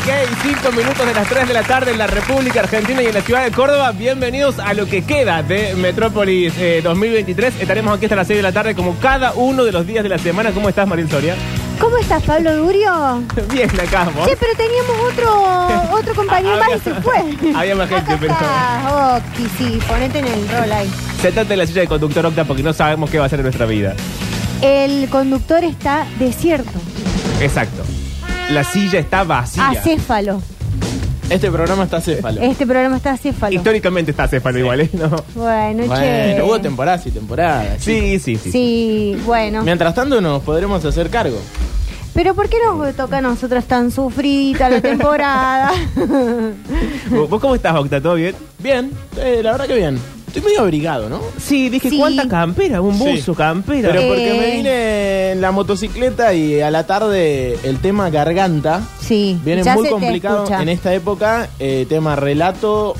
5 minutos de las 3 de la tarde en la República Argentina y en la ciudad de Córdoba. Bienvenidos a lo que queda de Metrópolis eh, 2023. Estaremos aquí hasta las 6 de la tarde como cada uno de los días de la semana. ¿Cómo estás, Marín Soria? ¿Cómo estás, Pablo Durio? Bien, acá, vos. Che, pero teníamos otro, otro compañero más y se fue. Había más gente, Acá pero- está, Octi, sí, ponete en el rol ahí. Séntate en la silla de conductor Octa porque no sabemos qué va a ser en nuestra vida. El conductor está desierto, Exacto. La silla está vacía. Ah, acéfalo. Este programa está céfalo. Este programa está acéfalo. Históricamente está Céfalo igual, ¿eh? No. Bueno, che. Bueno, hubo temporadas y temporadas. Sí, sí, sí. Sí, bueno. Mientras tanto nos podremos hacer cargo. Pero ¿por qué nos toca a nosotras tan sufrida la temporada? ¿Vos vos cómo estás, Octa? ¿Todo bien? Bien, eh, la verdad que bien. Estoy medio abrigado, ¿no? Sí, dije, Sí. ¿cuánta campera? Un Sí. buzo, campera. Pero Eh. porque me vine en la motocicleta y a la tarde el tema garganta sí, viene ya muy se te complicado escucha. en este- esta época. eh, tema relato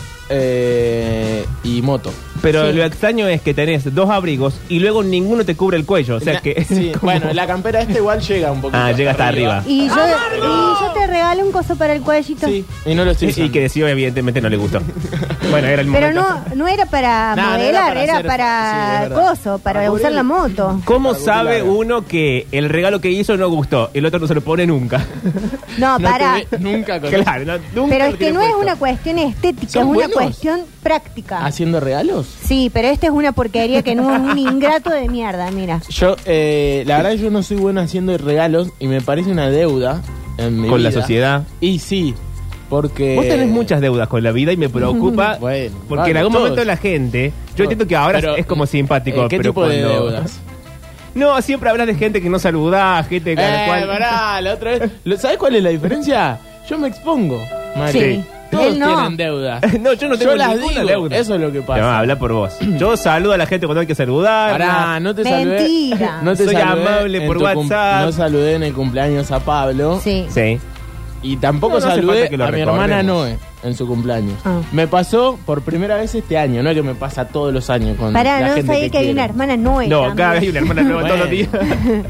eh, y moto. Pero Sí. lo extraño es que tenés dos abrigos y luego ninguno te cubre el cuello. O sea Na- que. sí, como- Bueno, la campera esta igual llega un poquito. Ah, llega hasta arriba. Y yo, y yo te regalo un coso para el cuellito. Sí, y no lo estoy Y, y usando. que decidió, evidentemente, no le gustó. bueno, era el Pero momento. no, no era para No, no era modelar, para era hacer- para, sí, de verdad. coso, para, Para usar cubrir- la moto. ¿Cómo Para sabe burlarla. uno que el regalo que hizo no gustó? El otro no se lo pone nunca. No, No para. te ve- nunca con claro, no, nunca Pero lo es que tiene no es puesto. una cuestión estética, es ¿Son una buenos? Ah, cuestión práctica. ¿Haciendo regalos? Sí, pero esta es una porquería que no es un ingrato de mierda, mira. Yo, eh, la verdad, yo no soy bueno haciendo regalos y me parece una deuda en mi Con la vida. sociedad. Y sí, porque. Vos tenés muchas deudas con la vida y me preocupa Bueno, porque en vale, algún todos. momento la gente, yo entiendo que ahora Pero, es como simpático, eh, ¿Qué pero tipo de cuando- deudas? No, siempre hablas de gente que no saluda, gente con la Eh, cual pará, la otra vez. ¿Lo- ¿Sabés cuál es la diferencia? Yo me expongo, Mari. Sí. Todos Él no. tienen deudas. No, yo no tengo yo las ninguna digo, deuda. Eso es lo que No, pasa. habla por vos. Yo saludo a la gente cuando hay que saludar. Pará, no te saludé. Mentira. No te Soy saludé amable en por tu cum- WhatsApp. No saludé en el cumpleaños a Pablo. Sí. Sí. Y tampoco No, no hace saludé falta que lo a mi recordemos. hermana Noé en su cumpleaños. Ah. Me pasó por primera vez este año, no es que me pasa todos los años con Para, la no gente sabía que, que, hay quiero. una hermana nueva. No, cada vez hay una hermana nueva todos los días. Bueno.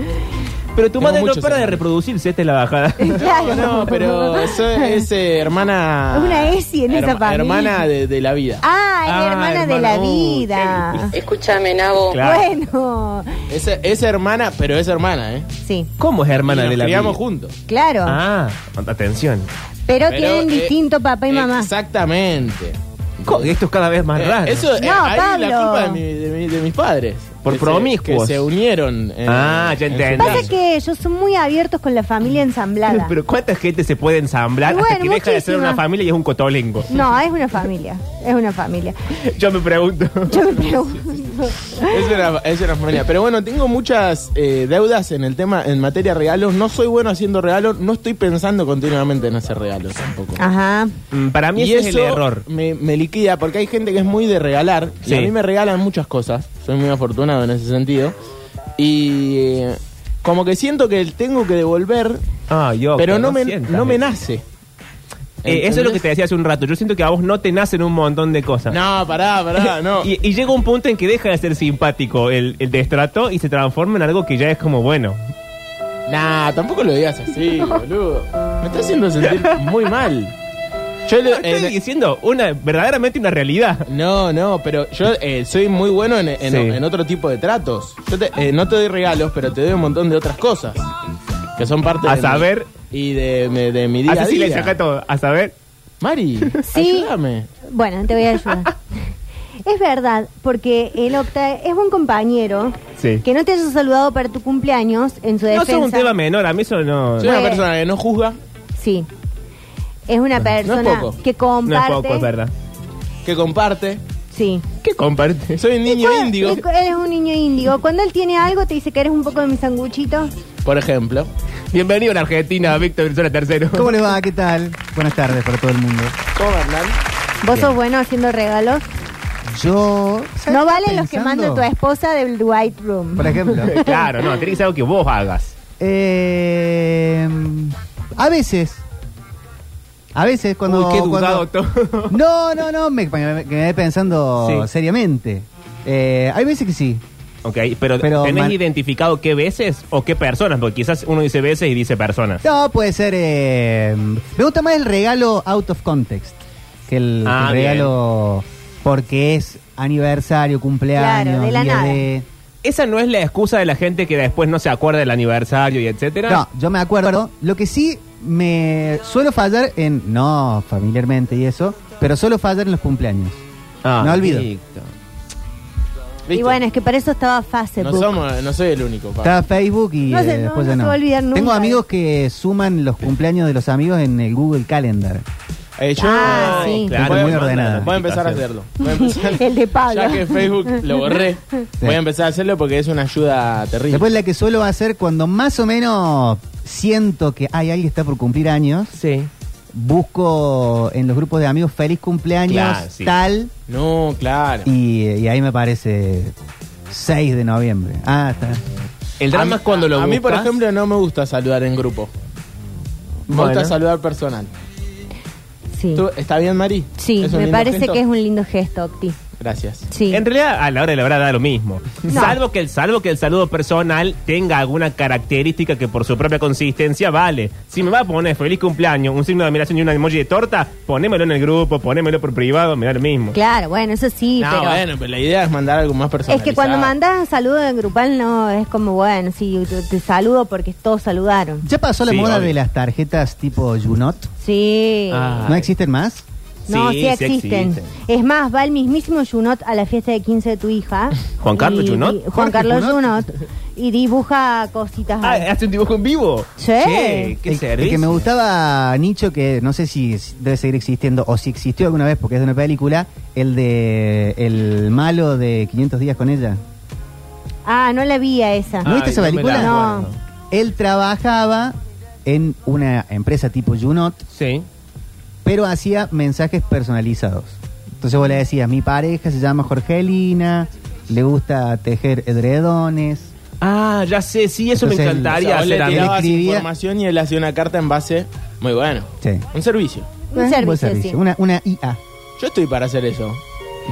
Pero tu Tengo madre no muchos para de hermanos. reproducirse, esta es la bajada. Claro. No, pero eso es eh, hermana. Es una ESI en esa familia. Hermana de, de la vida. Ah, es Ah, hermana de hermano, la uh, vida. Escúchame, Nabo. Claro. Bueno, Esa, esa hermana, pero es hermana, ¿eh? sí, ¿Cómo es hermana Y nos de la criamos vida? juntos. claro. Ah, atención. pero, Pero, tienen eh, distinto papá y mamá. Exactamente. Co- Esto es cada vez más Eh, raro. Eso eh, No, ahí es la Pablo. culpa de, mi- de mi- de mis padres. Por Que se- promiscuos. que se unieron. en- Ah, ya en su entendí. Pasa que ellos son muy abiertos con la familia ensamblada. Pero ¿cuánta gente se puede ensamblar Y hasta que bueno, deja de ser muchísima. una familia y es un cotolengo? No, es una familia, es una familia. Yo me pregunto. Yo me pregunto. Es una, es una familia. Pero bueno, tengo muchas eh, deudas en el tema, en materia de regalos. No soy bueno haciendo regalos, no estoy pensando continuamente en hacer regalos tampoco. Ajá. Mm, Para mí y ese eso es el error. Me, me liquida porque hay gente que es muy de regalar. Sí. Y a mí me regalan muchas cosas. Soy muy afortunado en ese sentido. Y eh, como que siento que tengo que devolver, Ah, yo. pero no, me, sientas no me eso. nace. Eh, eso es lo que ¿Entendés? te decía hace un rato. Yo siento que a vos no te nacen un montón de cosas. No, pará, pará, no. Y, y llega un punto en que deja de ser simpático el, el destrato y se transforma en algo que ya es como bueno. Nah, tampoco lo digas así, boludo. Me está haciendo sentir muy mal. Yo lo- Estoy en- e- diciendo una verdaderamente una realidad. No, no, pero yo eh, soy muy bueno en, en- Sí. en otro tipo de tratos. Yo te- eh, no te doy regalos, pero te doy un montón de otras cosas. Que son parte A de mi- saber. y de, me- de mi día a Hace silencio día. acá todo. A saber. Mari, Sí. ayúdame. Bueno, te voy a ayudar. Es verdad, porque el Octa es un compañero Sí. que no te haya saludado para tu cumpleaños en su No defensa. eso es un tema menor. A mí eso no. Soy una Bueno. persona que no juzga, Sí. Es una persona poco. que No es comparte. poco, es verdad. que comparte. Sí. ¿Qué comparte? Soy un niño Cuando- índigo, y eh, cu- Eres un niño índigo. Cuando él tiene algo, te dice que eres un poco de mi sanguchito. por ejemplo. Bienvenido a la Argentina, Víctor Brizuela tercero. ¿Cómo les va? ¿Qué tal? Buenas tardes para todo el mundo. ¿Cómo, Hernán? Vos sos bueno haciendo regalos. Yo. ¿sabes No qué valen los que pensando? manda tu esposa del White Room. Por ejemplo. Claro, no, tiene que ser algo que vos hagas. Eh, a veces. A veces cuando. Uy, qué dudado cuando- todo. No, no, no, me, me- me quedé pensando Sí. seriamente. Eh, hay veces que sí. Ok, pero, Pero ¿tenés man- identificado qué veces o qué personas? Porque quizás uno dice veces y dice personas. No, puede ser. eh, me gusta más el regalo out of context que el, Ah, el regalo porque es aniversario, cumpleaños, Claro, de la día nada. de- Esa no es la excusa de la gente que después no se acuerda del aniversario y etcétera. No, yo me acuerdo. Lo que sí me suelo fallar en. No, familiarmente y eso. Pero suelo fallar en los cumpleaños. Ah, me olvido. Víctor. Y ¿Viste? bueno, es que para eso estaba Facebook. no, somos, no soy el único. pa. Está Facebook y No eh, se- no, después no ya se no. va a olvidar nunca. Tengo amigos que suman los cumpleaños de los amigos en el Google Calendar. Eh, yo Ah, sí. Voy a- Gente muy voy a- ordenada. Voy a empezar a hacerlo. Voy a empezar- El de Pablo. Ya que Facebook lo borré, voy a empezar a hacerlo porque es una ayuda terrible. Después la que suelo hacer cuando más o menos siento que hay alguien que está por cumplir años, Sí. busco en los grupos de amigos feliz cumpleaños Claro, sí. tal No, claro. y, y ahí me aparece 6 de noviembre. Ah, está. El A mí- drama es cuando lo A mí, por buscas. ejemplo, no me gusta saludar en grupo. Me Bueno. gusta saludar personal. Sí, ¿Tú- ¿Está bien, Mari? sí ¿Es un me lindo parece gesto? que es un lindo gesto, Octi. Gracias. Sí. En realidad, a la hora de la verdad da lo mismo. No. Salvo, que el, salvo que el saludo personal tenga alguna característica que por su propia consistencia vale. Si me va a poner feliz cumpleaños, un signo de admiración y una emoji de torta, ponémelo en el grupo, ponémelo por privado, me da lo mismo. Claro, bueno, eso sí, no, pero... bueno, pero la idea es mandar algo más personal. Es que cuando mandas saludo en grupal no es como, bueno, sí, te, te saludo porque todos saludaron. Ya pasó la Sí, moda obvio. de las tarjetas tipo Junot. Sí. Ah. ¿No existen más? No, Sí, sí, sí existen. existen. Es más, va el mismísimo Junot a la fiesta de 15 de tu hija. ¿Juan Carlos Y- Junot? y- Juan Jorge Carlos Junot. Junot. Y dibuja cositas. Ah, ahí. ¿Hace un dibujo en vivo? Sí. Che, qué El- el servicio. que me gustaba, Nicho, que no sé si s- debe seguir existiendo o si existió alguna vez porque es de una película, el de el malo de 500 días con ella. Ah, no la vi a esa. ¿No viste esa Ay, no me la película? acuerdo. Él trabajaba en una empresa tipo Junot, Sí. pero hacía mensajes personalizados. Entonces vos le decías, mi pareja se llama Jorgelina, le gusta tejer edredones. Ah, ya sé, sí, eso Entonces, me O encantaría sea, vos hacer le a mí. tirabas Escribía. información y él hacía una carta en base. Muy bueno. Sí. Un servicio. Un Eh, servicio, buen sí. Una, una IA. Yo estoy para hacer eso.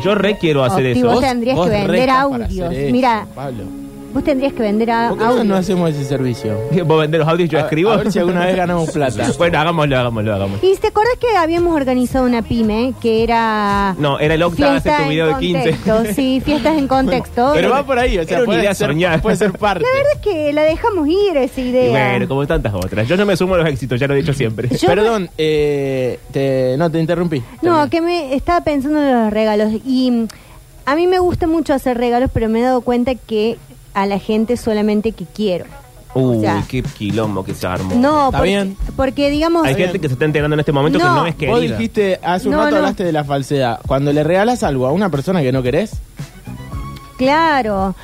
Yo re quiero hacer Opti, eso. vos tendrías que re vender estás para audios. hacer eso, Mira, Pablo. vos tendrías que vender a, ¿Por qué no, audios. no hacemos ese servicio? ¿Vos vendés los audios y yo A- escribo? A ver si alguna vez ganamos plata. bueno, hagámoslo, hagámoslo, hagámoslo. ¿Y te acordás que habíamos organizado una pyme que era... No, era el octa, hace tu en video de 15. contexto, sí, fiestas en contexto. Pero va por ahí, o Era sea, una idea puede ser, soñada. puede ser parte. La verdad es que la dejamos ir esa Y idea. bueno, como tantas otras. Yo no me sumo a los éxitos, ya lo he dicho siempre. Yo- Perdón, eh, te, no, te interrumpí. No, que me estaba pensando en los regalos y mm, a mí me gusta mucho hacer regalos, pero me he dado cuenta que a la gente solamente que quiero. Uy, O sea, qué quilombo que se armó. No, Está porque, bien. porque digamos Hay gente bien. que se está enterando en este momento que No. no es Vos querida. dijiste, hace un No, rato no. hablaste de la falsedad. Cuando le regalas algo a una persona que no querés, Claro.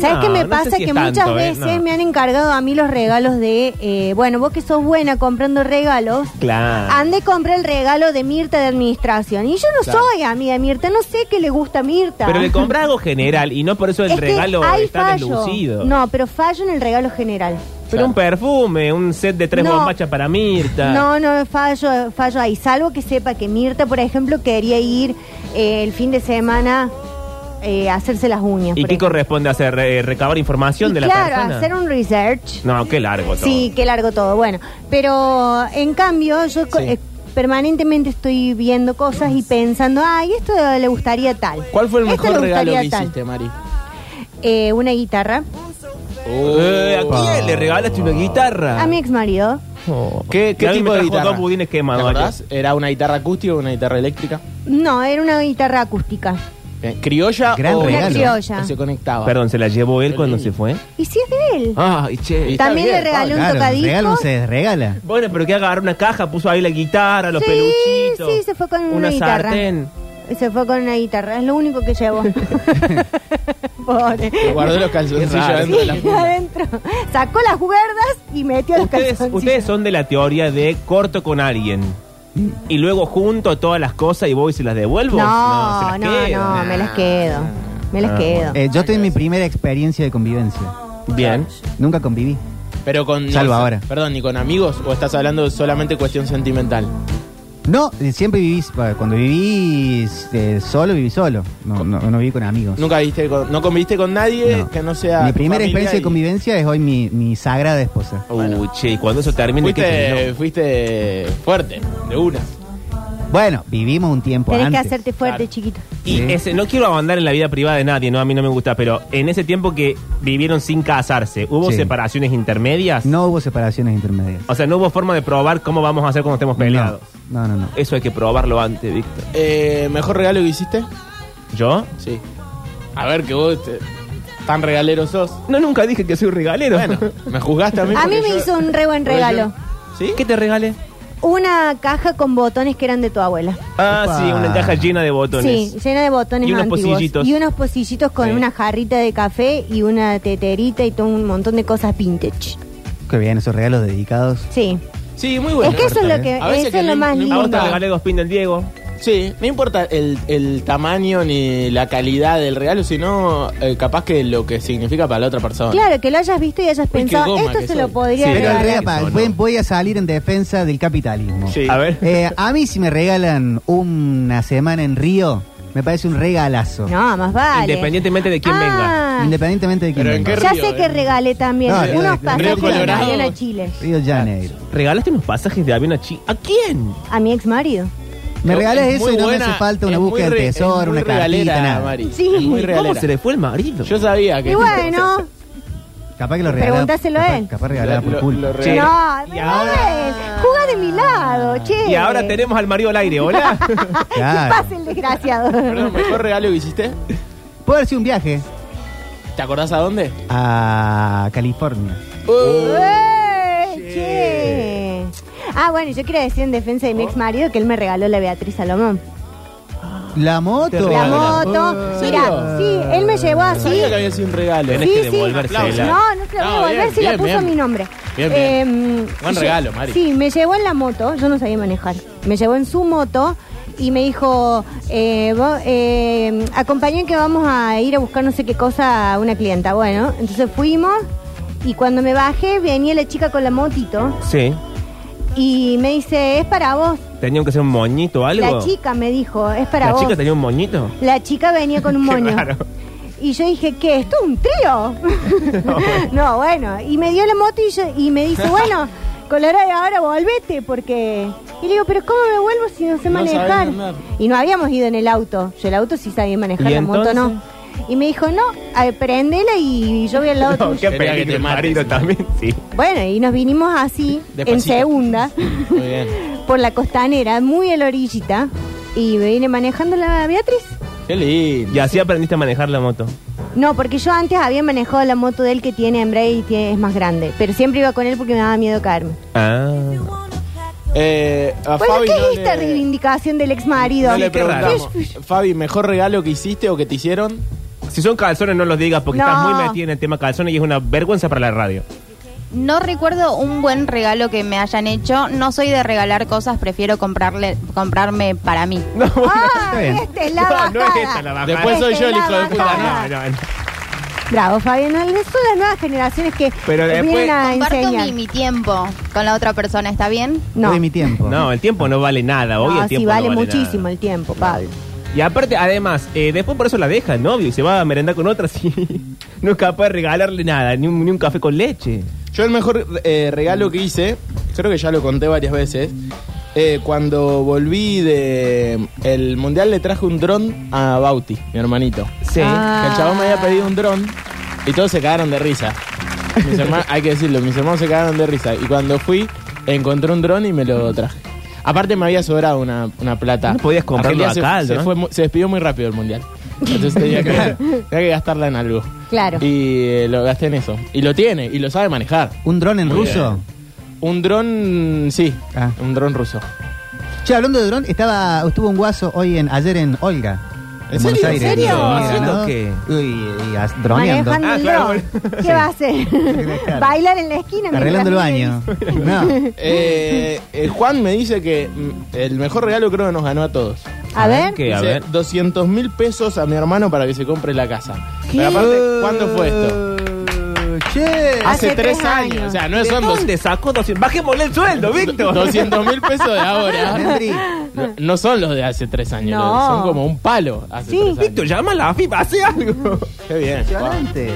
¿Sabes No, qué me no sé pasa? si es que muchas tanto, ¿eh? veces No. me han encargado a mí los regalos de, eh, bueno, vos que sos buena comprando regalos, Claro. ande compra el regalo de Mirta de administración. Y yo no Claro. soy amiga de Mirta, no sé qué le gusta a Mirta. Pero le compras algo general y no por eso el Es que regalo hay está deslucido. No, pero fallo en el regalo general. Pero un perfume, un set de tres No. bombachas para Mirta. No, no, fallo, fallo ahí. Salvo que sepa que Mirta, por ejemplo, quería ir eh, el fin de semana eh, a hacerse las ¿Y uñas. por qué ejemplo. corresponde hacer? Eh, ¿Recabar información Y de la claro, persona? hacer un research. No, qué largo todo. Sí, qué largo todo. Bueno, pero en cambio yo co- Sí. eh, permanentemente estoy viendo cosas y pensando, ay, esto le gustaría tal. ¿cuál fue el Esto mejor le regalo que gustaría tal. hiciste, Mari? Eh, una guitarra. Eh, ¿A quién Pa. le regalaste una Ah. guitarra? A mi ex marido. Oh. ¿Qué, qué Y a mí tipo me de trajo guitarra? dos budines quemados ¿Te ayer. acordás? ¿Era una guitarra acústica o una guitarra eléctrica? No, era una guitarra acústica. Eh, ¿Criolla Gran o, regalo. Una criolla. o se conectaba? Perdón, ¿se la llevó él Qué cuando lindo. se fue? Y si es de él. Ay, che. Ah, está También bien, le regalé un Claro, el regalo no tocadiscos. se desregala. Bueno, pero que agarró una caja, puso ahí la guitarra, los Sí, peluchitos. sí, se fue con una guitarra. sartén. Se fue con una guitarra, es lo único que llevó. Pobre. Guardó los calzoncillos Qué raro. dentro de la Sí, adentro. Sacó las cuerdas y metió los Ustedes, calzoncillos. ustedes son de la teoría de corto con alguien y luego junto todas las cosas y voy y se las devuelvo. se No, no, las no, quedo. me las quedo. Me las Ah, quedo. Eh, yo tengo mi primera experiencia de convivencia. Bien. Nunca conviví. Pero con. Salva no, ahora. Perdón, ¿y con amigos? ¿O estás hablando solamente cuestión sentimental? No, eh, siempre vivís, bueno, cuando vivís eh, solo, vivís solo. No, no, no viví con amigos. Nunca viviste con- no conviviste con nadie No. que no sea. Mi tu primera familia experiencia y- de convivencia es hoy mi, mi sagrada esposa. Uh, che, y cuando eso termine, ¿qué Fuiste, terminó? fuiste fuerte, de una. Bueno, vivimos un tiempo Tenés que antes. hacerte fuerte, Claro. chiquito. Y Sí. ese, no quiero abandar en la vida privada de nadie, no a mí no me gusta, pero en ese tiempo que vivieron sin casarse, ¿hubo Sí. separaciones intermedias? No hubo separaciones intermedias. O sea, no hubo forma de probar cómo vamos a hacer cuando estemos peleados. No, no, no. no. Eso hay que probarlo antes, Víctor. Eh, ¿Mejor regalo que hiciste? ¿Yo? Sí. A ver que vos te- tan regalero sos. No, nunca dije que soy regalero. Bueno, me juzgaste a mí. A mí porque me yo- hizo un re buen porque yo- regalo. ¿Sí? ¿Qué te regalé? Una caja con botones que eran de tu abuela. Ah, Upa. sí, una caja llena de botones. Sí, llena de botones Y unos antiguos. pocillitos. Y unos pocillitos con Sí. una jarrita de café y una teterita y todo un montón de cosas vintage. Qué bien, esos regalos dedicados. Sí. Sí, muy bueno. es que eso es Marta, lo que ¿eh? A veces eso que es lo no- más no lindo. Ahora te regalé dos pins del Diego. Sí, no importa el, el tamaño ni la calidad del regalo, sino eh, capaz que lo que significa para la otra persona. Claro, que lo hayas visto y hayas qué pensado, goma esto que se soy. lo podría Sí, Pero claro el regalar. regalo- pa- no, voy, no. voy a salir en defensa del capitalismo. Sí. A ver. Eh, a mí si me regalan una semana en Río, me parece un regalazo. No, más vale. Independientemente de quién Ah, Independientemente de quién Pero en venga. qué Ya Río, sé que eh. regalé también No, unos Río pasajes de Colorado. avión a Chile. Río de Janeiro. venga. ¿Regalaste unos pasajes de avión a Chi? ¿A quién? A mi ex marido. Me regalas Es eso muy y no buena, me hace falta una es muy búsqueda de re- es tesoro, muy una regalera, cartita, nada. Mari, Sí. es muy ¿Cómo ¿Cómo regalera. se le fue el marido? Yo sabía que. Y bueno, Capaz que lo regalaba. Preguntáselo a capaz, él. Capaz regalaba por Lo- culpa. lo Sí. regalé. no, Y ahora- ven, juega de mi lado, Ah. che. Y ahora tenemos al marido al aire, hola. ¿Qué Claro. pasa el desgraciado? Perdón, ¿Mejor regalo que hiciste? Puede haber sido un viaje ¿Te acordás a dónde? Oh, a California. Ué, che. Ah, bueno, yo quería decir en defensa de mi ex marido que él me regaló la Beatriz Salomón. La moto. La regaló. moto. Ah. ¿En Mira, serio? sí, él me llevó así. Sabía que había sido un regalo. Tenés que devolvérsela. No, no te la voy a No, devolver bien, si la bien, puso bien. mi nombre. Bien, bien. Eh, Buen lle- regalo, Mari. Sí, me llevó en la moto, yo no sabía manejar. Me llevó en su moto y me dijo, eh, vos, eh, acompañen que vamos a ir a buscar no sé qué cosa a una clienta. Bueno, entonces fuimos y cuando me bajé venía la chica con la motito Sí. y me dice, es para vos. ¿Tenía que ser un moñito o algo? La chica me dijo, es para ¿La vos. chica tenía un moñito? La chica venía con un Qué moño. raro. Y yo dije, ¿qué? ¿Esto es un trío? no, bueno. Y me dio la moto y, yo- y me dice, bueno, Colorado, ahora volvete, porque... Y le digo, ¿pero cómo me vuelvo si no sé No sabés manejar? andar. y no habíamos ido en el auto. Yo el auto sí sabía manejar, ¿Y la moto no. entonces? Y me dijo, no, eh, prendela y yo voy al lado No, tuyo. qué Quería que peligro te el mates. marido también, sí. Bueno, y nos vinimos así, en Despacito. segunda, Muy bien. por la costanera, muy a la orillita. Y me vine manejando la Beatriz. Qué lindo. Y así aprendiste a manejar la moto. No, porque yo antes había manejado la moto de él que tiene embrague y tiene- es más grande. Pero siempre iba con él porque me daba miedo caerme. Ah. Eh, a Bueno, Fabi ¿qué no es esta le- reivindicación del ex marido? no le Qué raro. preguntamos. Fabi, ¿mejor regalo que hiciste o que te hicieron? Si son calzones, no los digas porque No. estás muy metida en el tema calzones y es una vergüenza para la radio. No recuerdo un buen regalo que me hayan hecho. No soy de regalar cosas, prefiero comprarle, comprarme para mí. No, ¡Ah! Está bien. Esta es la no, no es bajada. esta la bajada. Después soy Esta yo el es la hijo de puta, No, bajada. no, no. Bravo, Fabián. Son las nuevas generaciones que Pero después- vienen a Comparto enseñar. mi, mi tiempo con la otra persona, ¿está bien? No, Doy mi tiempo. No, el tiempo no vale nada. Hoy No, el sí, tiempo vale, no muchísimo nada. el tiempo, Pablo. Y aparte, además, eh, después por eso la deja el novio y se va a merendar con otra y no es capaz de regalarle nada, ni un, ni un café con leche. Yo el mejor eh, regalo que hice, creo que ya lo conté varias veces, eh, cuando volví de el mundial le traje un dron a Bauti, mi hermanito. Sí. Ah. El chabón me había pedido un dron y todos se cagaron de risa. Mis herma- hay que decirlo, mis hermanos se cagaron de risa. Y cuando fui, encontré un dron y me lo traje. Aparte me había sobrado una, una plata. No podías comprarlo Argentina acá, se, el se dron. fue mu- se despidió muy rápido el mundial. Entonces tenía que, tenía que gastarla en algo. Claro. Y eh, lo gasté en eso. Y lo tiene, y lo sabe manejar. ¿Un dron en Muy ruso? Un dron, sí, Ah. un dron ruso. Che, hablando de dron, estaba, estuvo un guaso hoy en, ayer en Olga. ¿En serio? ¿En serio? Ah, ¿Haciendo qué? Uy, y as- droneando. Manejando Ah, el claro, dron. bueno. ¿Qué va a hacer? Claro. Bailar en la esquina. mientras Arreglando el baño. mira No. Eh, eh, Juan me dice que mm, el mejor regalo creo que nos ganó a todos. el- A ver. ¿Qué? A ver. 200 mil pesos a mi hermano para que se compre la casa. Pero aparte, ¿cuándo fue esto? Che. Hace Hace, tres tres, años. años. O sea, no ¿De son dos- dónde sacó 200? Bajémosle el sueldo, Víctor. 200 mil pesos de ahora. Henry, No, no son los de hace tres años, No. los- son como un palo hace Sí. tres años. Víctor, llama a la AFIP, hace algo. Qué bien. Impresionante.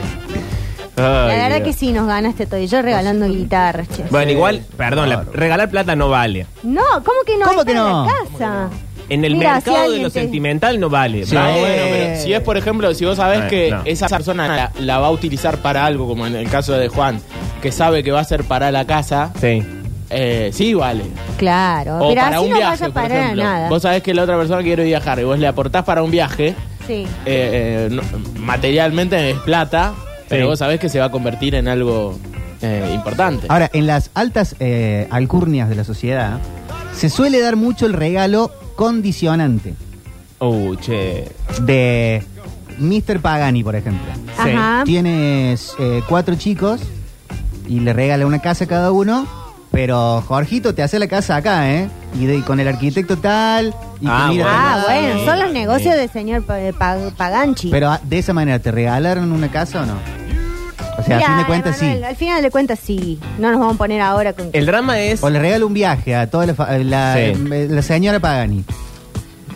La verdad que sí, nos ganaste todo. Y yo regalando guitarras, che. Bueno, igual, perdón, la- Claro. regalar plata no vale. No, ¿cómo que no? ¿Cómo Está que no? En la casa. En el Mira, si mercado de alguien lo te- sentimental no vale. Sí, ¿vale? Ah, bueno, pero si es, por ejemplo, si vos sabés Eh, que no. esa persona la, la va a utilizar para algo, como en el caso de Juan, que sabe que va a ser para la casa, Sí. eh, sí vale. Claro, O Ah, pero para así un no viaje, vas a por parar a ejemplo. nada. Vos sabés que la otra persona quiere viajar y vos le aportás para un viaje, Sí. eh, eh, no- materialmente es plata, pero Sí. vos sabés que se va a convertir en algo eh, importante. Ah, Ahora, en las altas eh, alcurnias de la sociedad, se suele dar mucho el regalo condicionante Uh, che. de Mr. Pagani, por ejemplo. Ajá. Tienes eh, cuatro chicos y le regala una casa a cada uno, pero Jorgito te hace la casa acá, ¿eh? Y, de- y con el arquitecto tal. Y Ah, mira, Ah, tal. bueno, son los negocios del señor Pa- eh, Pa- Paganchi. Pero ah, de esa manera, ¿te regalaron una casa o no? O sea, a fin de Mira, cuentas sí. Eh. Emanuel, Al final de cuentas sí. No nos vamos a poner ahora con... El drama es. O le regalo un viaje a toda la, fa- eh, la, Sí. la señora Pagani.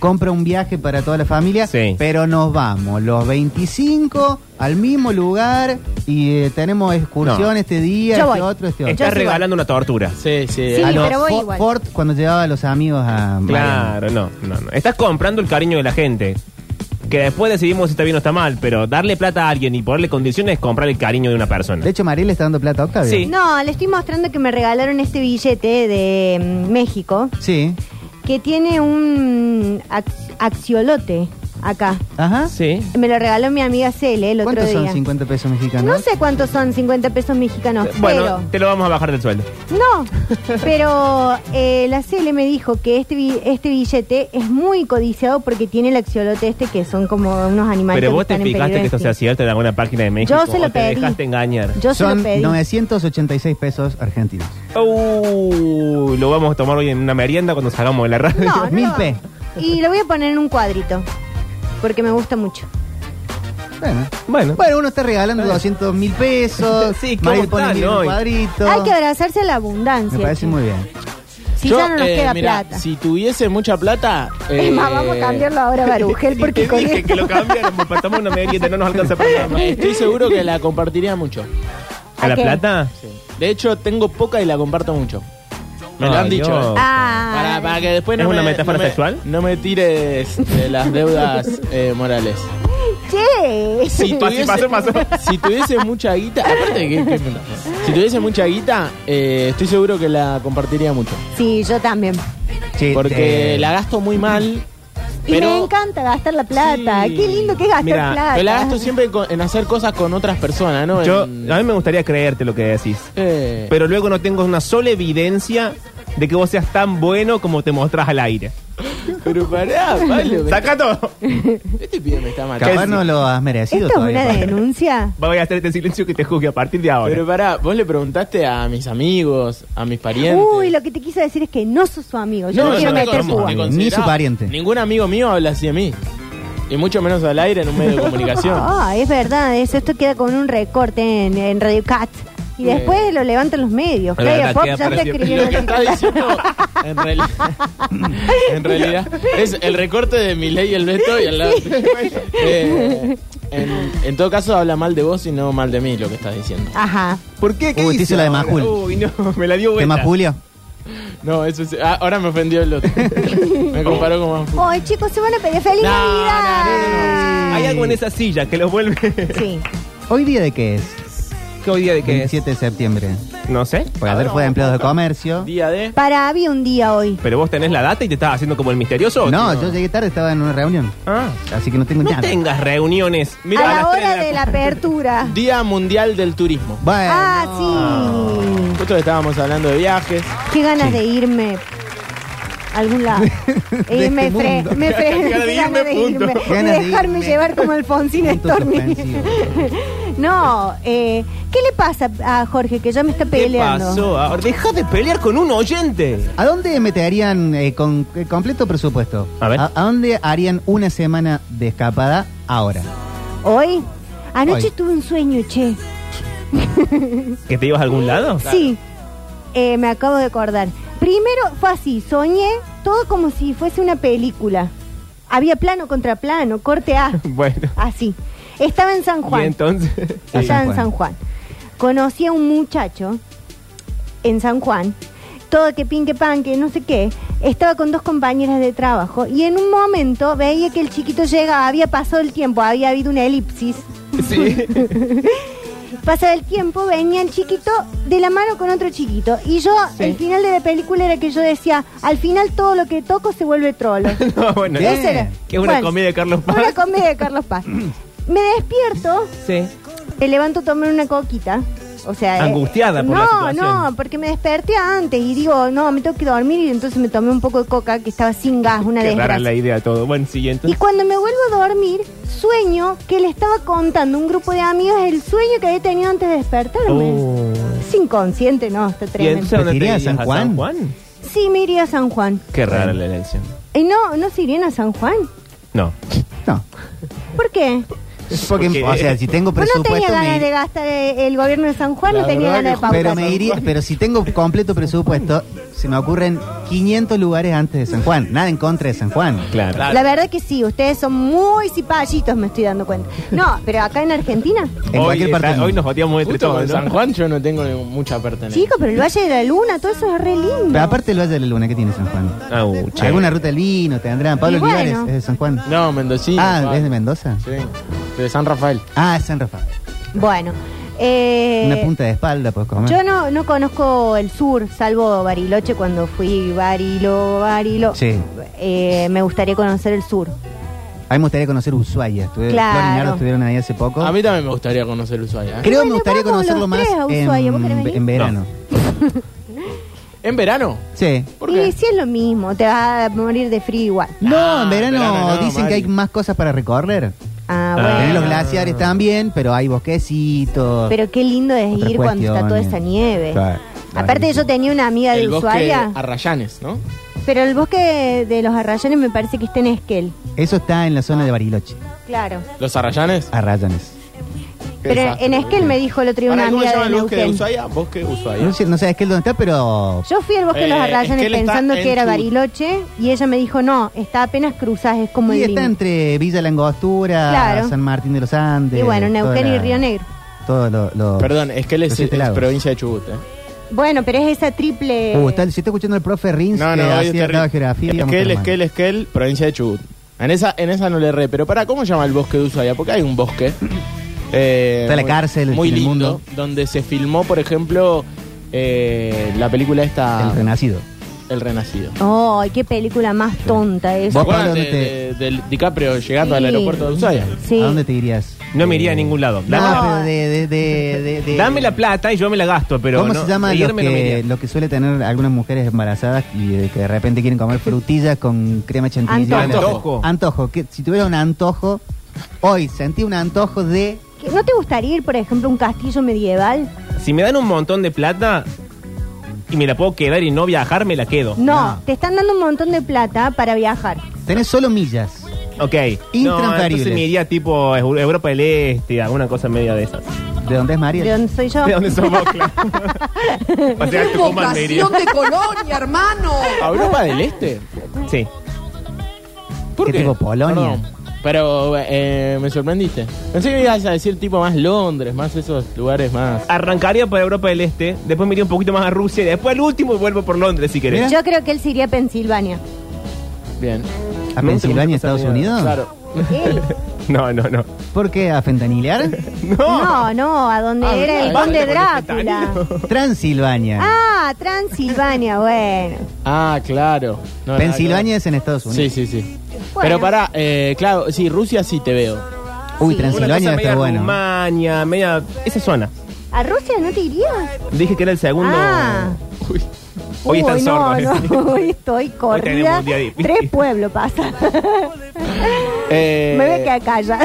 Compra un viaje para toda la familia, Sí. pero nos vamos los 25 al mismo lugar y eh, tenemos excursión No. este día, Yo voy. este otro, este otro. Estás regalando una tortura. Sí, sí. Sí, a los pero voy Fo- igual. Ford cuando llevaba a los amigos a Miami. Claro, no, no, no. Estás comprando el cariño de la gente. Que después decidimos si está bien o está mal, pero darle plata a alguien y ponerle condiciones es comprar el cariño de una persona. De hecho, Mariel le está dando plata a Octavio. Sí. No, le estoy mostrando que me regalaron este billete de mm, México Sí. que tiene un ac- axiolote acá. Ajá. Sí. Me lo regaló mi amiga Cele el otro ¿Cuántos día. son 50 pesos mexicanos? No sé cuántos son 50 pesos mexicanos, Bueno, te lo vamos a bajar del sueldo. pero no, pero eh, la Cele me dijo que este bi- este billete es muy codiciado porque tiene el axiolote este que son como unos animales Pero que vos te están en fijaste peligro que esto se de hacía en alguna página de México. Yo se o lo te pedí. dejaste engañar. extinción. Yo se Son lo pedí. 986 pesos argentinos. Uh, lo vamos a tomar hoy en una merienda cuando salgamos de la radio. No, no Mil lo- P. Y lo voy a poner en un cuadrito porque me gusta mucho. Bueno. Bueno, Bueno, uno está regalando 200 mil pesos. Sí, ¿cómo Mariel pone están mil en un hoy? cuadrito. Hay que abrazarse a la abundancia. Me parece che. muy bien. Si Yo, ya no nos eh, queda mirá, plata. Si tuviese mucha plata. Es más, vamos a eh, cambiarlo ahora a Barugel porque te con dije que esto... lo cambiáramos para tomar una merienda, no nos alcanza para nada más. eh, Estoy seguro que la compartiría mucho. ¿A la ¿A qué? plata? De hecho, tengo poca y la comparto mucho. Me lo Ay, han dicho. Dios. eh. Ah, Para, para que después ¿Es no una me, metáfora no me- sexual? no me tires de las deudas eh, morales. che. Si tuviese, pasó, pasó. si tuviese mucha guita, aparte que, que- si tuviese mucha guita, eh, estoy seguro que la compartiría mucho. Sí, yo también. Sí, Porque eh, la gasto muy mal. Este. Y pero, me encanta gastar la plata. Sí. Qué lindo que es gastar Mira, plata. pero la gasto siempre con- en hacer cosas con otras personas, ¿no? Yo, ¿ah? a En- mí me gustaría creerte lo que decís. eh, Pero luego no tengo una sola evidencia de que vos seas tan bueno como te mostrás al aire. pero pará, Pablo. me- ¡Saca todo! Este pibe me está matando. Capaz no lo has merecido ¿Esto es todavía. una denuncia? Voy a hacer este silencio que te juzgue a partir de ahora. Pero pará, vos le preguntaste a mis amigos, a mis parientes. Uy, lo que te quiso decir es que no sos su amigo. Yo no, quiero me meter con- púa. me Ni consideraba- su pariente. Ningún amigo mío habla así de mí. Y mucho menos al aire en un medio de comunicación. Ah, es verdad, eso. Esto queda con un recorte en, en Radio Cat. Y después lo levantan los medios. La verdad, Freya Pop queda ya para está siempre. escribiendo Lo que en está el- diciendo, en, reali- en realidad, es el recorte de mi ley y el Beto y al lado. Eh, en, en todo caso, habla mal de vos y no mal de mí lo que estás diciendo. Ajá. ¿Por qué? Uy, te hizo la de ahora? Majul. Uy, no, me la dio ¿Qué vuelta. más, Julio? No, eso sí. ah, ahora me ofendió el otro. Me comparó con Manfú. Hoy, chicos, se van a pedir feliz No, Navidad. no, Hay algo en esa silla que los vuelve. Sí. ¿Hoy día de qué es? ¿Qué día de qué es? 27 de septiembre. No sé. Porque ayer fue de empleados de comercio. Día de. Para, había un día hoy. Pero vos tenés la data y te estás haciendo como el misterioso. No, yo llegué tarde, estaba en una reunión. Ah. Así que no tengo No nada. tengas reuniones. a a la las hora tres de la apertura. Día Mundial del Turismo. Bueno, Ah, sí. Nosotros estábamos hablando de viajes. Qué ganas de irme a algún lado. E De irme este fre- mundo. me fre- Ganas de ganas de irme, punto. irme. De Ganas de dejarme irme. llevar como Alfonsín Punto Stormy. suspensivo. no, eh, ¿qué le pasa a Jorge que ya me está ¿Qué peleando? pasó? Ahora, deja de pelear con un oyente. ¿a dónde meterían eh, con eh, completo presupuesto? A ver. ¿A dónde harían una semana de escapada ahora? ¿Hoy? Anoche Hoy. tuve un sueño, che. ¿Que te ibas a algún lado? Sí, Eh, me acabo de acordar. Primero fue así, soñé todo como si fuese una película. Había plano contra plano, corte A, Bueno. así. Estaba en San Juan. Y entonces. Sí. Estaba en San San Juan. Conocí a un muchacho en San Juan, todo que pin, que pan, que no sé qué. Estaba con dos compañeras de trabajo y en un momento veía que el chiquito llegaba, había pasado el tiempo, había habido una elipsis. Sí. Pasaba el tiempo, venía el chiquito de la mano con otro chiquito. Y yo, el final de la película era que yo decía, al final todo lo que toco se vuelve trolo. No, bueno. Bien. Esa era. Que es una comedia de Carlos Paz. Una comedia de Carlos Paz. Me despierto, Sí. me eh, levanto a tomar una coquita. O sea, eh, Angustiada por no, la situación. No, porque me desperté antes y digo, no, me tengo que dormir y entonces me tomé un poco de coca que estaba sin gas, una Qué rara desgracia. la idea todo. Bueno, siguiente. Y cuando me vuelvo a dormir, sueño que le estaba contando a un grupo de amigos el sueño que había tenido antes de despertarme. Oh. Es inconsciente, no, está ¿Y tremendo. entonces a dónde te ¿Te irías a irías? San ¿A Juan? San Juan? Sí, me iría a San Juan. Qué rara la elección. Y no, no se irían a San Juan. No. No. ¿Por qué? Porque, Porque- o sea, si tengo Vos no presupuesto. tenías me ganas ir- de gastar eh, el gobierno de San Juan, La no tenía verdad ganas de que- pautar. Pero me iría, pero si tengo completo presupuesto, se me ocurren 500 lugares antes de San Juan. Nada en contra de San Juan. Claro. La verdad que sí, ustedes son muy cipallitos, me estoy dando cuenta. No, pero acá en Argentina. En hoy, cualquier está- parte. del hoy mundo. nos batíamos entre Justo todos. con ¿no? San Juan yo no tengo ni- mucha pertenencia. Chicos, pero el Valle de la Luna, todo eso es re lindo. Pero aparte el Valle de la Luna, ¿qué tiene San Juan? Ah, uh, che. ¿Alguna ruta del vino tendrán? Pablo Y bueno. Olivares es de San Juan. No, Mendocino. ah, pa. ¿es de Mendoza? Sí, de San Rafael. Ah, es San Rafael. Bueno, eh, Una punta de espalda, pues comer. yo no, no conozco el sur, salvo Bariloche cuando fui Barilo, Barilo. Sí. Eh, me gustaría conocer el sur. A mí me gustaría conocer Ushuaia. Estuve, Claro. Flor y Nardo estuvieron ahí hace poco. A mí también me gustaría conocer Ushuaia. ¿eh? Creo que me Bueno, gustaría vamos conocerlo los más tres a Ushuaia. ¿Vos querés en, venir? en verano. ¿En verano? Sí. ¿Por qué? Y si es lo mismo, te vas a morir de frío igual. No, en verano, verano no, dicen Mari. que hay más cosas para recorrer. Ah, Ah. bueno. Tenés los glaciares también, pero hay bosquecitos. Pero qué lindo es Otras ir cuando está toda cuestiones. esa nieve. Claro. Aparte yo tenía una amiga de El bosque Ushuaia, Arrayanes, ¿no? pero el bosque de los arrayones me parece que está en Esquel. Eso está en la zona de Bariloche, Claro. ¿Los Arrayanes? Ah, Arrayanes. Qué Pero desastre, en Esquel me dijo el otro día una Pará, ¿Cómo se amiga llama de el bosque de Neuquén. Ushuaia? Bosque Ushuaia. No sé, no sé, es que es donde está, pero... Yo fui al bosque de los Eh, arrayones Esquel está pensando en que era Chubut. Bariloche y ella me dijo, no, está apenas cruzas, es como Y el está límite. entre Villa Langostura, Claro. San Martín de los Andes. Y bueno, toda Neuquén y la- Río Negro. Todo lo, lo- Perdón, es que él los es, siete es lagos. provincia de Chubut, ¿eh? Bueno, pero es esa triple... Uh, está, si está escuchando el profe Rins, No, que no, hoy hacía está el grado de re- geografía. digamos que Esquel, era Esquel, Esquel, provincia de Chubut. En esa, en esa no le erré, pero para, ¿cómo se llama el bosque de Ushuaia? Porque hay un bosque. eh, Está la muy- cárcel, Muy el lindo. mundo. Donde se filmó, por ejemplo, eh, la película esta. Ah. mal. El renacido. El Renacido. Oh, qué película más tonta ¿Se esa. Vos- acuerdan Pablo, de, ¿dónde de- del DiCaprio llegando Sí. al aeropuerto de Ushuaia? Sí. ¿A dónde te irías? No me iría a ningún lado. No, Dame, pero de, de, de, de- de- la, dame la plata y yo me la gasto, pero. ¿Cómo no, se llama lo irme no me que, iría. lo que suele tener algunas mujeres embarazadas y de que de repente quieren comer frutillas con crema chantilly? Antojo. Antojo. Antojo. Que, si tuviera un antojo, hoy sentí un antojo de... ¿Qué- ¿No te gustaría ir, por ejemplo, a un castillo medieval? Si me dan un montón de plata y me la puedo quedar y no viajar, me la quedo. No, No. te están dando un montón de plata para viajar. Tenés solo millas. Ok. No, Intransferibles. entonces me iría tipo a Eu- Europa del Este, alguna cosa media de esas. ¿De dónde es María? ¿De dónde soy yo? ¿De dónde somos, claro? o sea, a Tucumán me iría. Vocación de colonia, hermano. ¿A Europa del Este? Sí. ¿Por ¿Qué qué? tipo, Polonia? Pero eh, me sorprendiste. Pensé que ibas a decir tipo más Londres, más esos lugares más. Arrancaría por Europa del Este, después me iría un poquito más a Rusia y después al último y vuelvo por Londres si querés. Yo creo que él se iría a Pensilvania. Bien. ¿A No, Pensilvania, te gusta Estados esa Unidos? Claro. Él. No, no, no. ¿Por qué? ¿A fentanilear? No, no, a donde Ah, era el mira, conde con el Drácula. fentanilo. Transilvania. Ah, Transilvania, bueno. Ah, claro. No, Pensilvania es en Estados nada que ver. Unidos. Sí, sí, sí. Bueno. Pero pará, eh, claro, sí, Rusia sí te veo. Uy, Sí. Una cosa Transilvania media está bueno. Rumania, media... Esa zona. ¿A Rusia no te irías? Dije que era el segundo... Ah. Uy. Hoy están Uy, sordos. no, ¿eh? no, hoy estoy corrida. tenemos un día difícil. Tres pueblos pasa. Eh, Me ve que acá ya.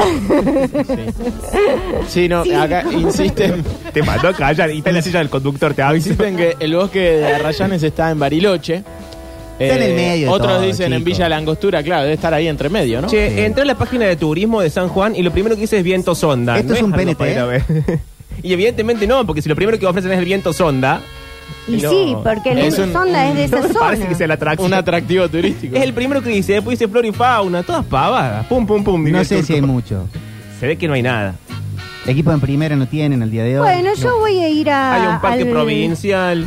Sí, no, acá insisten, ¿eh? Te mandó a callar y está en la silla del conductor, te aviso. insisten que el bosque de Arrayanes está en Bariloche. Eh, Está en el medio de Otros todo, dicen en chico. Villa Langostura, claro, debe estar ahí entre medio, ¿no? Che, Sí. entré a la página de turismo de San Juan y lo primero que dice es viento sonda. Esto es un algo PNT, para ir a ver. y evidentemente no, porque si lo primero que ofrecen es el viento sonda, Y No. sí, porque el Es un- sonda es de No esa me parece zona. que sea la atracción. Un atractivo turístico. Es el primero que dice, después dice flor y fauna, todas pavadas. Pum, pum, pum. No directo. sé si hay mucho. Se ve que no hay nada. Equipo en primera no tienen al día de hoy. Bueno, yo voy a ir a. hay un parque Ah, al- provincial,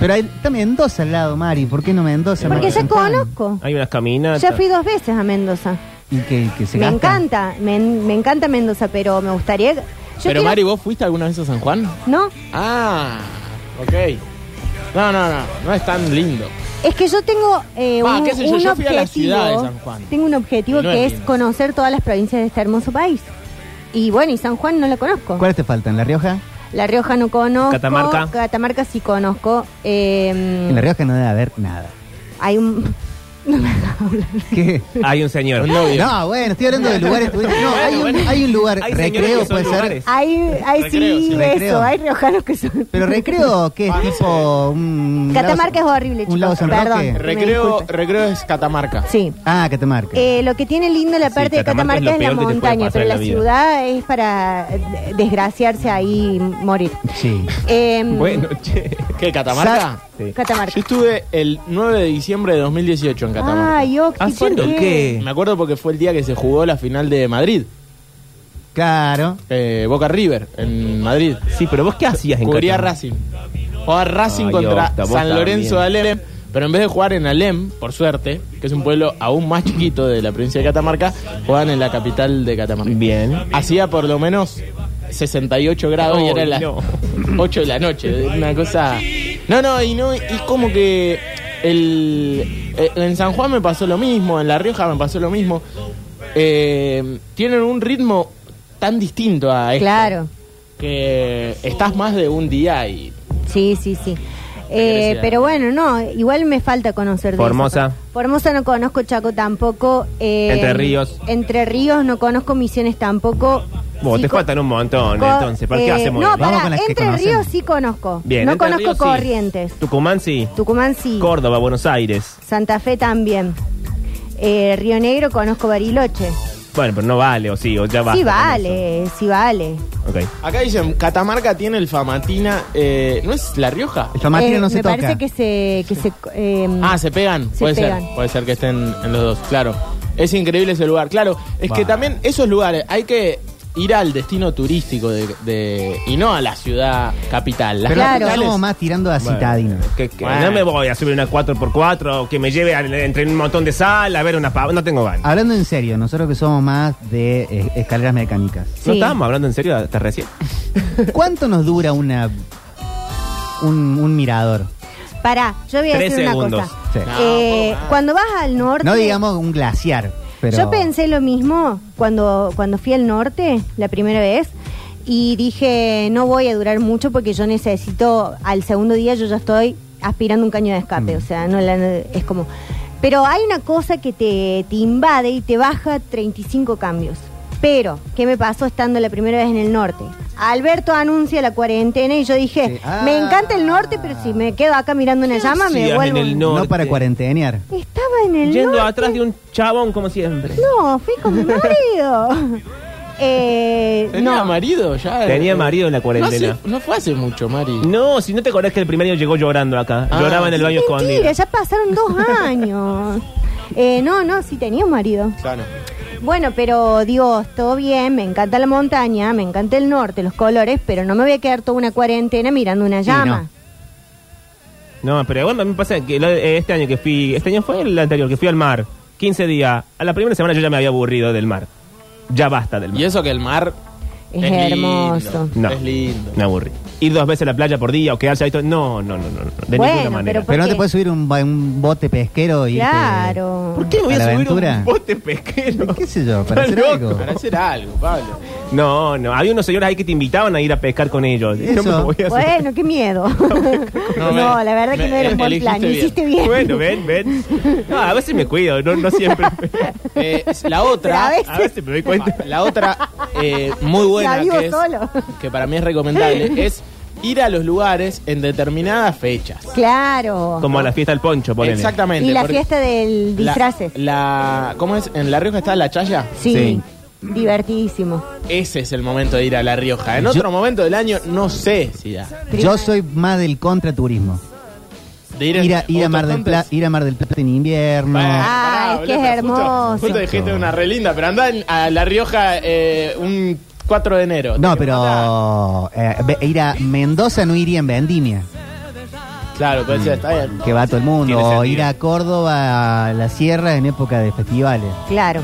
Pero hay, está Mendoza al lado, Mari. ¿Por qué no Mendoza? Porque ya Mendoza. conozco. hay unas caminatas. Ya fui dos veces a Mendoza. Y que, que se Me gasta. encanta, me, me encanta Mendoza, pero me gustaría. Yo Pero quiero- Mari, ¿vos fuiste alguna vez a San Juan? No, Ah, ok. No, no, no, no es tan lindo. es que yo tengo eh, Va, un, qué sé yo, un yo fui a la objetivo. ciudad de San Juan. Tengo un objetivo Y no que es es lindo. conocer todas las provincias de este hermoso país. Y bueno, y San Juan no la conozco. ¿Cuáles te faltan? ¿La Rioja? La Rioja no conozco. Catamarca. Catamarca sí conozco. eh, En La Rioja no debe haber nada. hay un. No me hagas hablar. ¿Qué? Hay un señor. Un novio. No, bueno, estoy hablando de lugares turísticos. No, hay un, hay un lugar, Hay señores recreo que son puede lugares. ser. Hay, hay Recreo, sí, sí, recreo. eso, hay riojanos que son. Pero recreo, Ah, ¿qué es? Tipo un... Catamarca es lago- horrible, chicos. Un lago San Perdón. Roque. Recreo, disculpe. recreo es Catamarca. Sí. Ah, Catamarca. Eh, lo que tiene lindo la Sí, parte de Catamarca Catamarca es, es lo peor la que te puede montaña, pasar pero en la, la vida. ciudad es para eh, desgraciarse ahí y morir. Sí. Eh, Bueno, che. ¿Qué, Catamarca? Sí. Yo Catamarca. estuve el 9 de diciembre de 2018 en Catamarca. Ay, Octi, ¿por ¿Haciendo qué? Me acuerdo porque fue el día que se jugó la final de Madrid, Claro. eh, Boca River, en Madrid. Sí, pero vos qué hacías en Cubría Catamarca? Racing. Jugaba Racing Ay, contra Octa, vos San Lorenzo de también. Alem. Pero en vez de jugar en Alem, por suerte, que es un pueblo aún más chiquito de la provincia de Catamarca, juegan en la capital de Catamarca. Bien. Hacía por lo menos 68 grados y Ay, era las no. 8 de la noche. Una cosa. No, no, y no, y como que el eh, en San Juan me pasó lo mismo, en La Rioja me pasó lo mismo. Eh, tienen un ritmo tan distinto a esto Claro. que estás más de un día y Sí, sí, sí. Eh, Agresividad. pero bueno, no, igual me falta conocer. de Formosa. esa parte. Formosa no conozco, Chaco tampoco. eh, Entre Ríos. Entre Ríos no conozco, Misiones tampoco. Vos Sí te co- faltan un montón, co- entonces. ¿Para qué eh, hacemos No, esto? Vamos pará, con las que Entre conocemos. Ríos sí conozco. Bien, no Entre conozco Ríos sí. Corrientes. Tucumán sí. Tucumán sí. Córdoba, Buenos Aires. Santa Fe también. Eh, Río Negro conozco Bariloche. Bueno, pero no vale, o sí, o ya va. sí vale, sí vale. Ok. acá dicen Catamarca tiene el Famatina, eh, ¿no es La Rioja? El tomatino Eh, no se me toca. parece que se... Que se eh, Ah, se pegan, Se puede pegan. ser, puede ser que estén en los dos, claro. Es increíble ese lugar, claro. Es que Bah. también esos lugares hay que ir al destino turístico de, de- y no a la ciudad capital. Las Pero Claro. nosotros estamos capitales- más tirando a citadino. Que- que Bueno. No me voy a subir una 4x4 o que me lleve al- entre un montón de sal a ver una pava. No tengo Ah, ganas. Hablando en serio, nosotros que somos más de eh, escaleras mecánicas. No sí. estábamos hablando en serio hasta recién. ¿Cuánto nos dura una un, un mirador? Pará, yo voy a Tres decir una segundos. cosa. Sí. No, Eh, poco más. cuando vas al norte... No digamos un glaciar, pero Yo pensé lo mismo cuando, cuando fui al norte la primera vez y dije, no voy a durar mucho porque yo necesito, al segundo día yo ya estoy aspirando un caño de escape, Mm. o sea, no la- es como... Pero hay una cosa que te, te invade y te baja 35 cambios. Pero, ¿qué me pasó estando la primera vez en el norte? Alberto anuncia la cuarentena y yo dije, Sí. Ah. me encanta el norte, pero si me quedo acá mirando una llama, me hacías vuelvo... en el no norte? para cuarentenear. Estaba en el Yendo norte. atrás de un chabón como siempre. No, fui con mi marido. Eh, Tenía no. marido ya. Tenía marido en la No cuarentena. hace- No, fue hace mucho, Mari. No, si no te acordás que el primero llegó llorando acá. Ah. Lloraba en el baño escondido. Mentira, ya pasaron dos años. Eh, no, no, sí tenía un marido. Claro. Bueno, pero digo, todo bien, me encanta la montaña, me encanta el norte, los colores, pero no me voy a quedar toda una cuarentena mirando una llama. No, pero bueno, me pasa que lo- eh, este año que fui, este año fue el anterior, que fui al mar, 15 días, a la primera semana yo ya me había aburrido del mar. Ya basta del mar. Y eso que el mar Es lindo, hermoso. No. Es lindo. Me aburrí. Ir dos veces a la playa por día o quedarse ahí todo. No, no, no, no, no, de Bueno, ninguna manera. ¿Por Pero no qué? te puedes subir un, ba- un bote pesquero y irte- Claro. ¿Por qué me voy ¿A a, la subir aventura? un bote pesquero? ¿Qué sé yo? Para Está hacer loco. algo. Para hacer algo, Pablo. No, no. Había unos señores ahí que te invitaban a ir a pescar con ellos. No Eso. me voy a subir. Bueno, qué miedo. No, No, me- la verdad que me- no era un buen elegiste plan. bien. Hiciste bien. Bueno, ven, ven. No, a veces me cuido, no, no siempre. Eh, la Pero otra. a veces- A veces me doy cuenta. La otra eh, muy buena La vivo que, es- solo. que para mí es recomendable es ir a los lugares en determinadas fechas. Claro. Como a la fiesta del poncho, ponele. Exactamente. y la porque fiesta del la- disfraces. La, ¿Cómo es? ¿En La Rioja está la chaya? Sí. Sí. divertidísimo. Ese es el momento de ir a La Rioja. En otro momento del año no sé si da. Yo soy más del contraturismo. De en- Ir a, ir a Mar del autocontes. Plata, ir a Mar del Plata en invierno. Bueno, Ay, pará, es que Blanca, es justo- hermoso. Justo dijiste una re linda, pero andá en- a La Rioja eh, un 4 de enero. No, Te mandá- pero eh, ve- ir a Mendoza no iría en vendimia, Claro, pero sí, está bien. que va todo el mundo. Tiene O sentido. ir a Córdoba, a la sierra en época de festivales. Claro.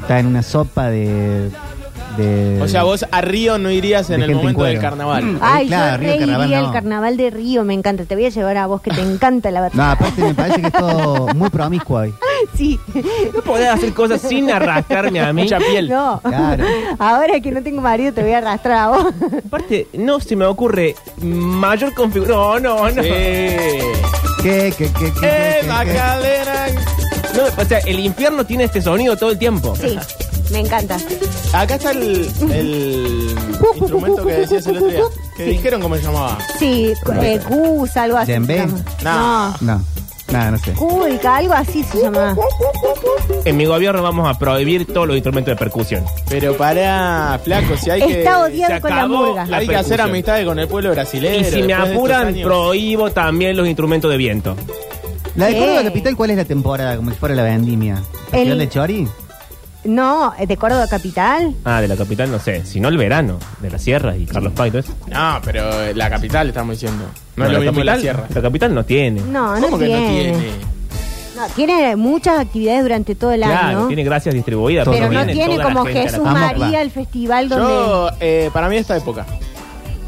Está en una sopa de. de- O sea, vos a Río no irías de en el gente en momento del cuero. Mm. carnaval. Ay, claro, yo Río re Carnaval iría no. al carnaval de Río, me encanta. Te voy a llevar a vos que te encanta la No, batalla. aparte me parece que es todo muy promiscuo ahí. sí. No podés hacer cosas sin arrastrarme a mí. Mucha piel. No. Claro. Ahora que no tengo marido te voy a arrastrar a vos. Aparte, no se me ocurre mayor configuración. No, no, no. Sí. ¿Qué, qué, qué, qué, qué, ¡Eh, qué, qué? Macarena! No, o sea, el infierno tiene este sonido todo el tiempo. Sí, me encanta. Acá está el, el instrumento que decías el otro día. Que dijeron cómo se llamaba. Sí, eh, Cus, algo así. ¿Dembé? se llama. No. No. No, nada, no sé. Culca, algo así se llama. En mi gobierno vamos a prohibir todos los instrumentos de percusión. Pero pará, flaco, si hay que... Está se odiado con la acabó murga. la- hay que hacer percusión. amistades con el pueblo brasileño. y si me después de estos apuran, años. prohíbo también los instrumentos de viento. ¿La de Sí. Córdoba Capital cuál es la temporada? Como si fuera la vendimia. ¿La El- ciudad de Chori? No, eh, de Córdoba Capital. Ah, de la capital, no sé. Si no, el verano. De la sierra y Carlos Paz y todo eso. No, pero eh, la capital estamos diciendo. No, es lo la mismo capital, la sierra. La capital no tiene. No, Ah, no ¿Cómo que no tiene. tiene? No, tiene muchas actividades durante todo el Claro, año. tiene gracias distribuidas. Pero pero porque no viene tiene toda la como gente a la Jesús Vamos, María va. el festival donde. Yo, eh, para mí esta época.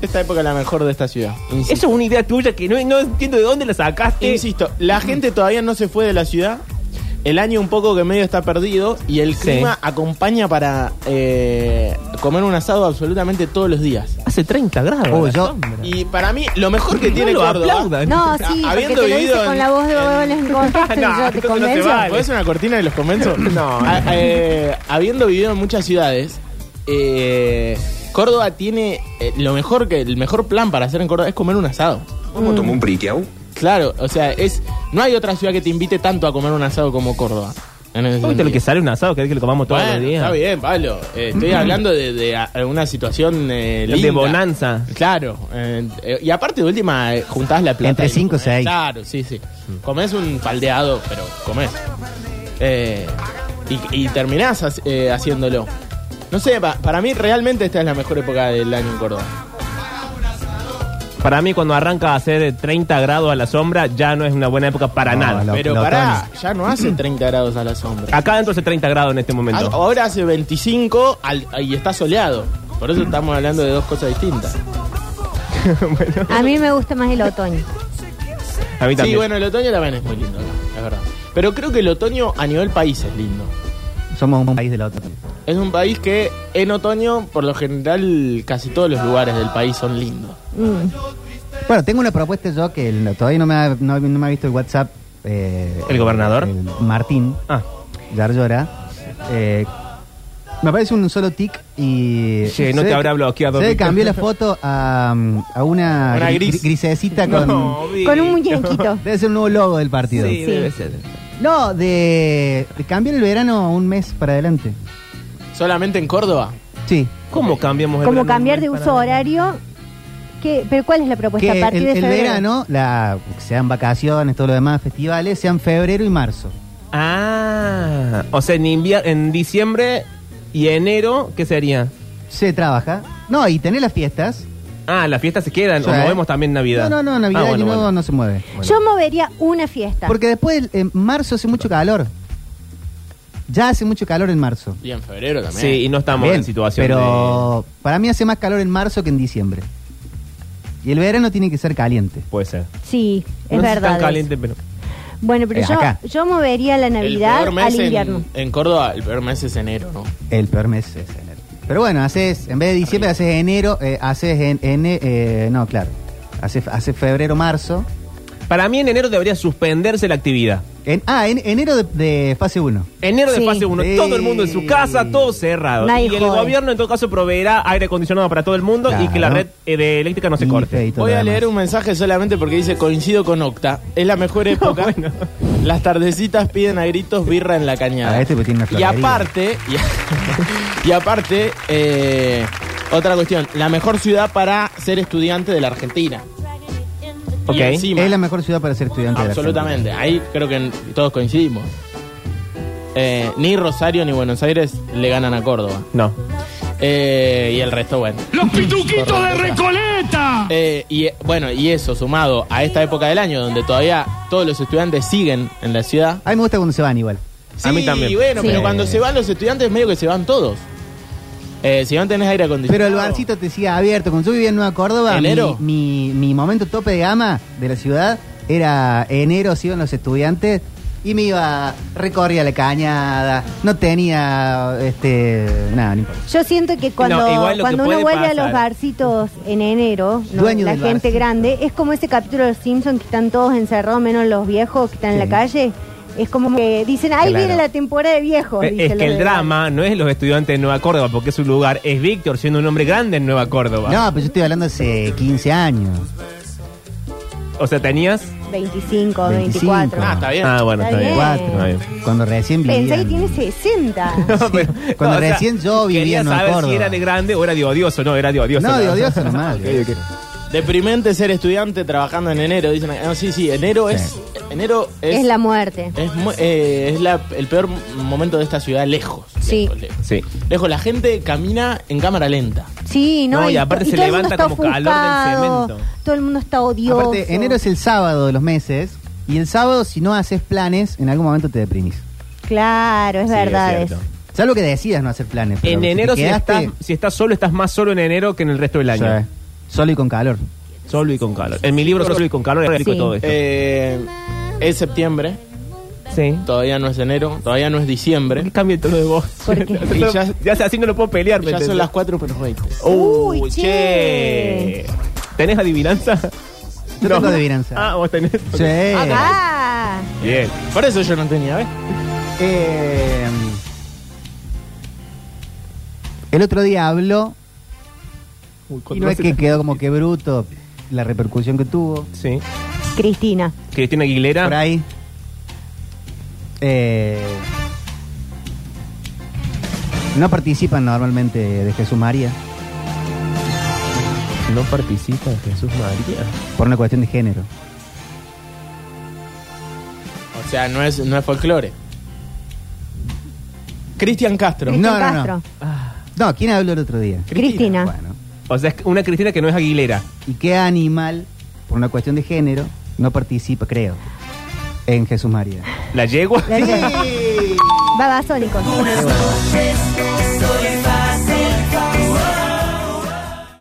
Esta época es la mejor de esta ciudad. Eso Insisto, es una idea tuya que no, no entiendo de dónde la sacaste. Insisto, la gente todavía no se fue de la ciudad. El año un poco que medio está perdido y el clima acompaña para eh, comer un asado absolutamente todos los días. Hace 30 grados. Oh, la yo- sombra. Y para mí, lo mejor que No tiene lo Córdoba... aplaudan. No, sí, porque Habiendo te lo vivido hice con en- la voz de en- Bobeles en contexto No, entonces y yo te no te convenzo. vale. ¿Podés una cortina de los convenzo? No. A- eh, habiendo vivido en muchas ciudades, eh, Córdoba tiene eh, lo mejor que el mejor plan para hacer en Córdoba es comer un asado. ¿Cómo tomó un pritiau? Claro, o sea, es no hay otra ciudad que te invite tanto a comer un asado como Córdoba. En ese ¿Viste sentido. lo que sale un asado? ¿Querés que lo comamos todos Bueno, los días? está bien, Pablo. Eh, estoy hablando de, de a- una situación eh, De linda. bonanza. Claro. eh, eh, y aparte, de última, eh, juntás la plata. Entre y lo cinco, comés. seis. Claro, sí, sí. Comés un faldeado, pero comés. Eh, y, y terminás ha- eh, haciéndolo. No sé, pa- para mí realmente esta es la mejor época del año en Córdoba. Para mí, cuando arranca a hacer 30 grados a la sombra, ya no es una buena época para No, nada. no. Lo- pero lo pará, ya no hace 30 grados a la sombra. Acá adentro hace 30 grados en este Ah, momento. Ahora hace 25 al- y está soleado. Por eso estamos hablando de dos cosas distintas. A mí me gusta más el otoño. A mí también. oh. Sí, bueno, el otoño también es muy lindo, acá, es verdad. Pero creo que el otoño a nivel país es lindo. Somos un país del otro. Es un país que en otoño, por lo general, casi todos los lugares del país son lindos. Mm. Bueno, tengo una propuesta yo que el- todavía no me ha, no, no me ha visto el WhatsApp. eh, ¿El gobernador? el Martín Ah, Yarlora. Eh, me aparece un solo tic y. Che, no se te ve- habrá bloqueado, Se ve que Víctor. cambió la foto a, mm, a una, Una gri- gris. grisecita con. Con un muñequito. Debe ser un nuevo logo del partido. Sí, debe ser. No, de, de cambiar el verano un mes para adelante. Solamente en Córdoba. Sí. ¿Cómo cambiamos el Como verano? cambiar de uso horario. ¿Qué- ¿Pero cuál es la propuesta? que Pues a partir el, de el febrero? verano, la, sean vacaciones, todo lo demás, festivales, sean febrero y marzo. Ah, o sea, en, invier- en diciembre y enero, ¿qué sería? Se trabaja. No, y tener las fiestas. Ah, las fiestas se quedan, O o sea, movemos también Navidad. No, no, no, Navidad Ah, y bueno, no, bueno. no se mueve. Yo movería una fiesta. Porque después, en marzo hace mucho calor. Ya hace mucho calor en marzo. Y en febrero también. Sí, y no estamos Bien, en situación pero para mí hace más calor en marzo que en diciembre. Y el verano tiene que ser caliente. de- Puede ser. Sí, es no sé si verdad. tan caliente, pero... Bueno, pero Eh, yo, acá. yo movería la El Navidad peor al mes invierno. en, en Córdoba, el peor mes es enero, ¿no? El peor mes es enero. Pero bueno, haces, en vez de diciembre, haces enero, eh, haces en, ene- eh, no, claro. Haces hace febrero, marzo. Para mí en enero debería suspenderse la actividad. En, ah, en enero de, de fase 1. Enero de Sí. fase 1, todo el mundo en su casa, todo cerrado. Nadie y el jode. gobierno en todo caso proveerá aire acondicionado para todo el mundo y que la Claro. red eh, de eléctrica no se Y corte. feito, Voy a nada leer más. un mensaje solamente porque dice coincido con Octa. Es la mejor Ah, época. bueno. Las tardecitas piden a gritos birra en la cañada. Ah, este pues tiene una y florería. aparte, y, y aparte, eh, otra cuestión, la mejor ciudad para ser estudiante de la Argentina. Ok. Y encima- Es la mejor ciudad para ser estudiante. de la Absolutamente, ahí creo que en- todos coincidimos. Eh, ni Rosario ni Buenos Aires le ganan a Córdoba. No. Eh, y el resto, bueno. ¡Los pituquitos de Correcto. Recoleta! Eh, y eh, bueno, y eso sumado a esta época del año donde todavía todos los estudiantes siguen en la ciudad. Argentina. A mí me gusta cuando se van igual. Sí, A mí también. bueno, Sí. pero cuando se van los estudiantes medio que se van todos. Eh, si no tenés aire Pero acondicionado. el barcito te sigue abierto. Cuando yo vivía en Nueva Córdoba, mi, ¿Enero? mi, mi momento tope de gama de la ciudad era enero, se iban los estudiantes y me iba, recorría la cañada, no tenía, este, nada, no importa. Yo siento que cuando, No, igual lo cuando que uno puede vuelve a pasar- los barcitos en enero, ¿no? Dueño la del gente barcito. grande, es como ese capítulo de los Simpsons que están todos encerrados, menos los viejos que están en Sí. la calle. Es como que dicen, ahí Claro. viene la temporada de viejos. Eh, dice Es lo que el de- drama no es los estudiantes de Nueva Córdoba, porque es su lugar, es Víctor siendo un hombre grande en Nueva Córdoba. No, pero yo estoy hablando hace 15 años. O sea, tenías... 25, 25. 24. Ah, está bien. Ah, bueno, está Está bien. bien. Cuatro. Está bien. Cuando recién Pensé que vivían. tiene 60. No, pero- Cuando o sea, recién yo vivía quería en Nueva saber Córdoba. si era de grande o era de odioso. No, era de odioso. No, de odioso nomás. Deprimente ser estudiante trabajando en enero. Dicen, ah, sí, sí, enero es. Enero es. Es, la muerte. es mu- eh, es la- el peor momento de esta ciudad, lejos. Sí. Lejos, lejos. Sí. Lejos, la gente camina en cámara lenta. Sí, no, No, y aparte se todo el mundo levanta está como calor del ofuscado, cemento. Todo el mundo está odioso. Aparte, enero es el sábado de los meses. Y el sábado, si no haces planes, en algún momento te deprimís. Claro, es Sí, es verdad. cierto. eso. Salvo que decidas no hacer planes. pero En te enero, si quedaste, este estás, si estás solo, estás más solo en enero que en el resto del año. sí, Solo y con calor. Solo y con calor. En mi libro Solo y con calor explico Sí. todo esto. Eh, es septiembre, sí. todavía no es enero, todavía no es diciembre. Cambia el tono de voz. ¿Por qué? Y ya, ya sé, así no lo puedo pelear. ¿me Ya son entendés? las 4 pero 20. Uy, Uy, che. ¿Tenés adivinanza? Yo tengo adivinanza. Ah, vos tenés. Sí. Ah, Bien. Por eso yo no tenía, ¿ves? Eh, el otro día habló. Y no es que quedó como que bruto la repercusión que tuvo. Sí. Cristina. Cristina Por Aguilera. ahí. Eh, no participan normalmente de Jesús María No participa Jesús María. por una cuestión de género. O sea, no es, no es folclore. Cristian Castro. No, Cristian no, no. Castro. No, ¿quién habló el otro día? Cristina. Bueno. O sea, es una Cristina que no es Aguilera. ¿Y qué animal, por una cuestión de género, no participa, creo, en Jesús María? La yegua. Babasónicos. Qué bueno.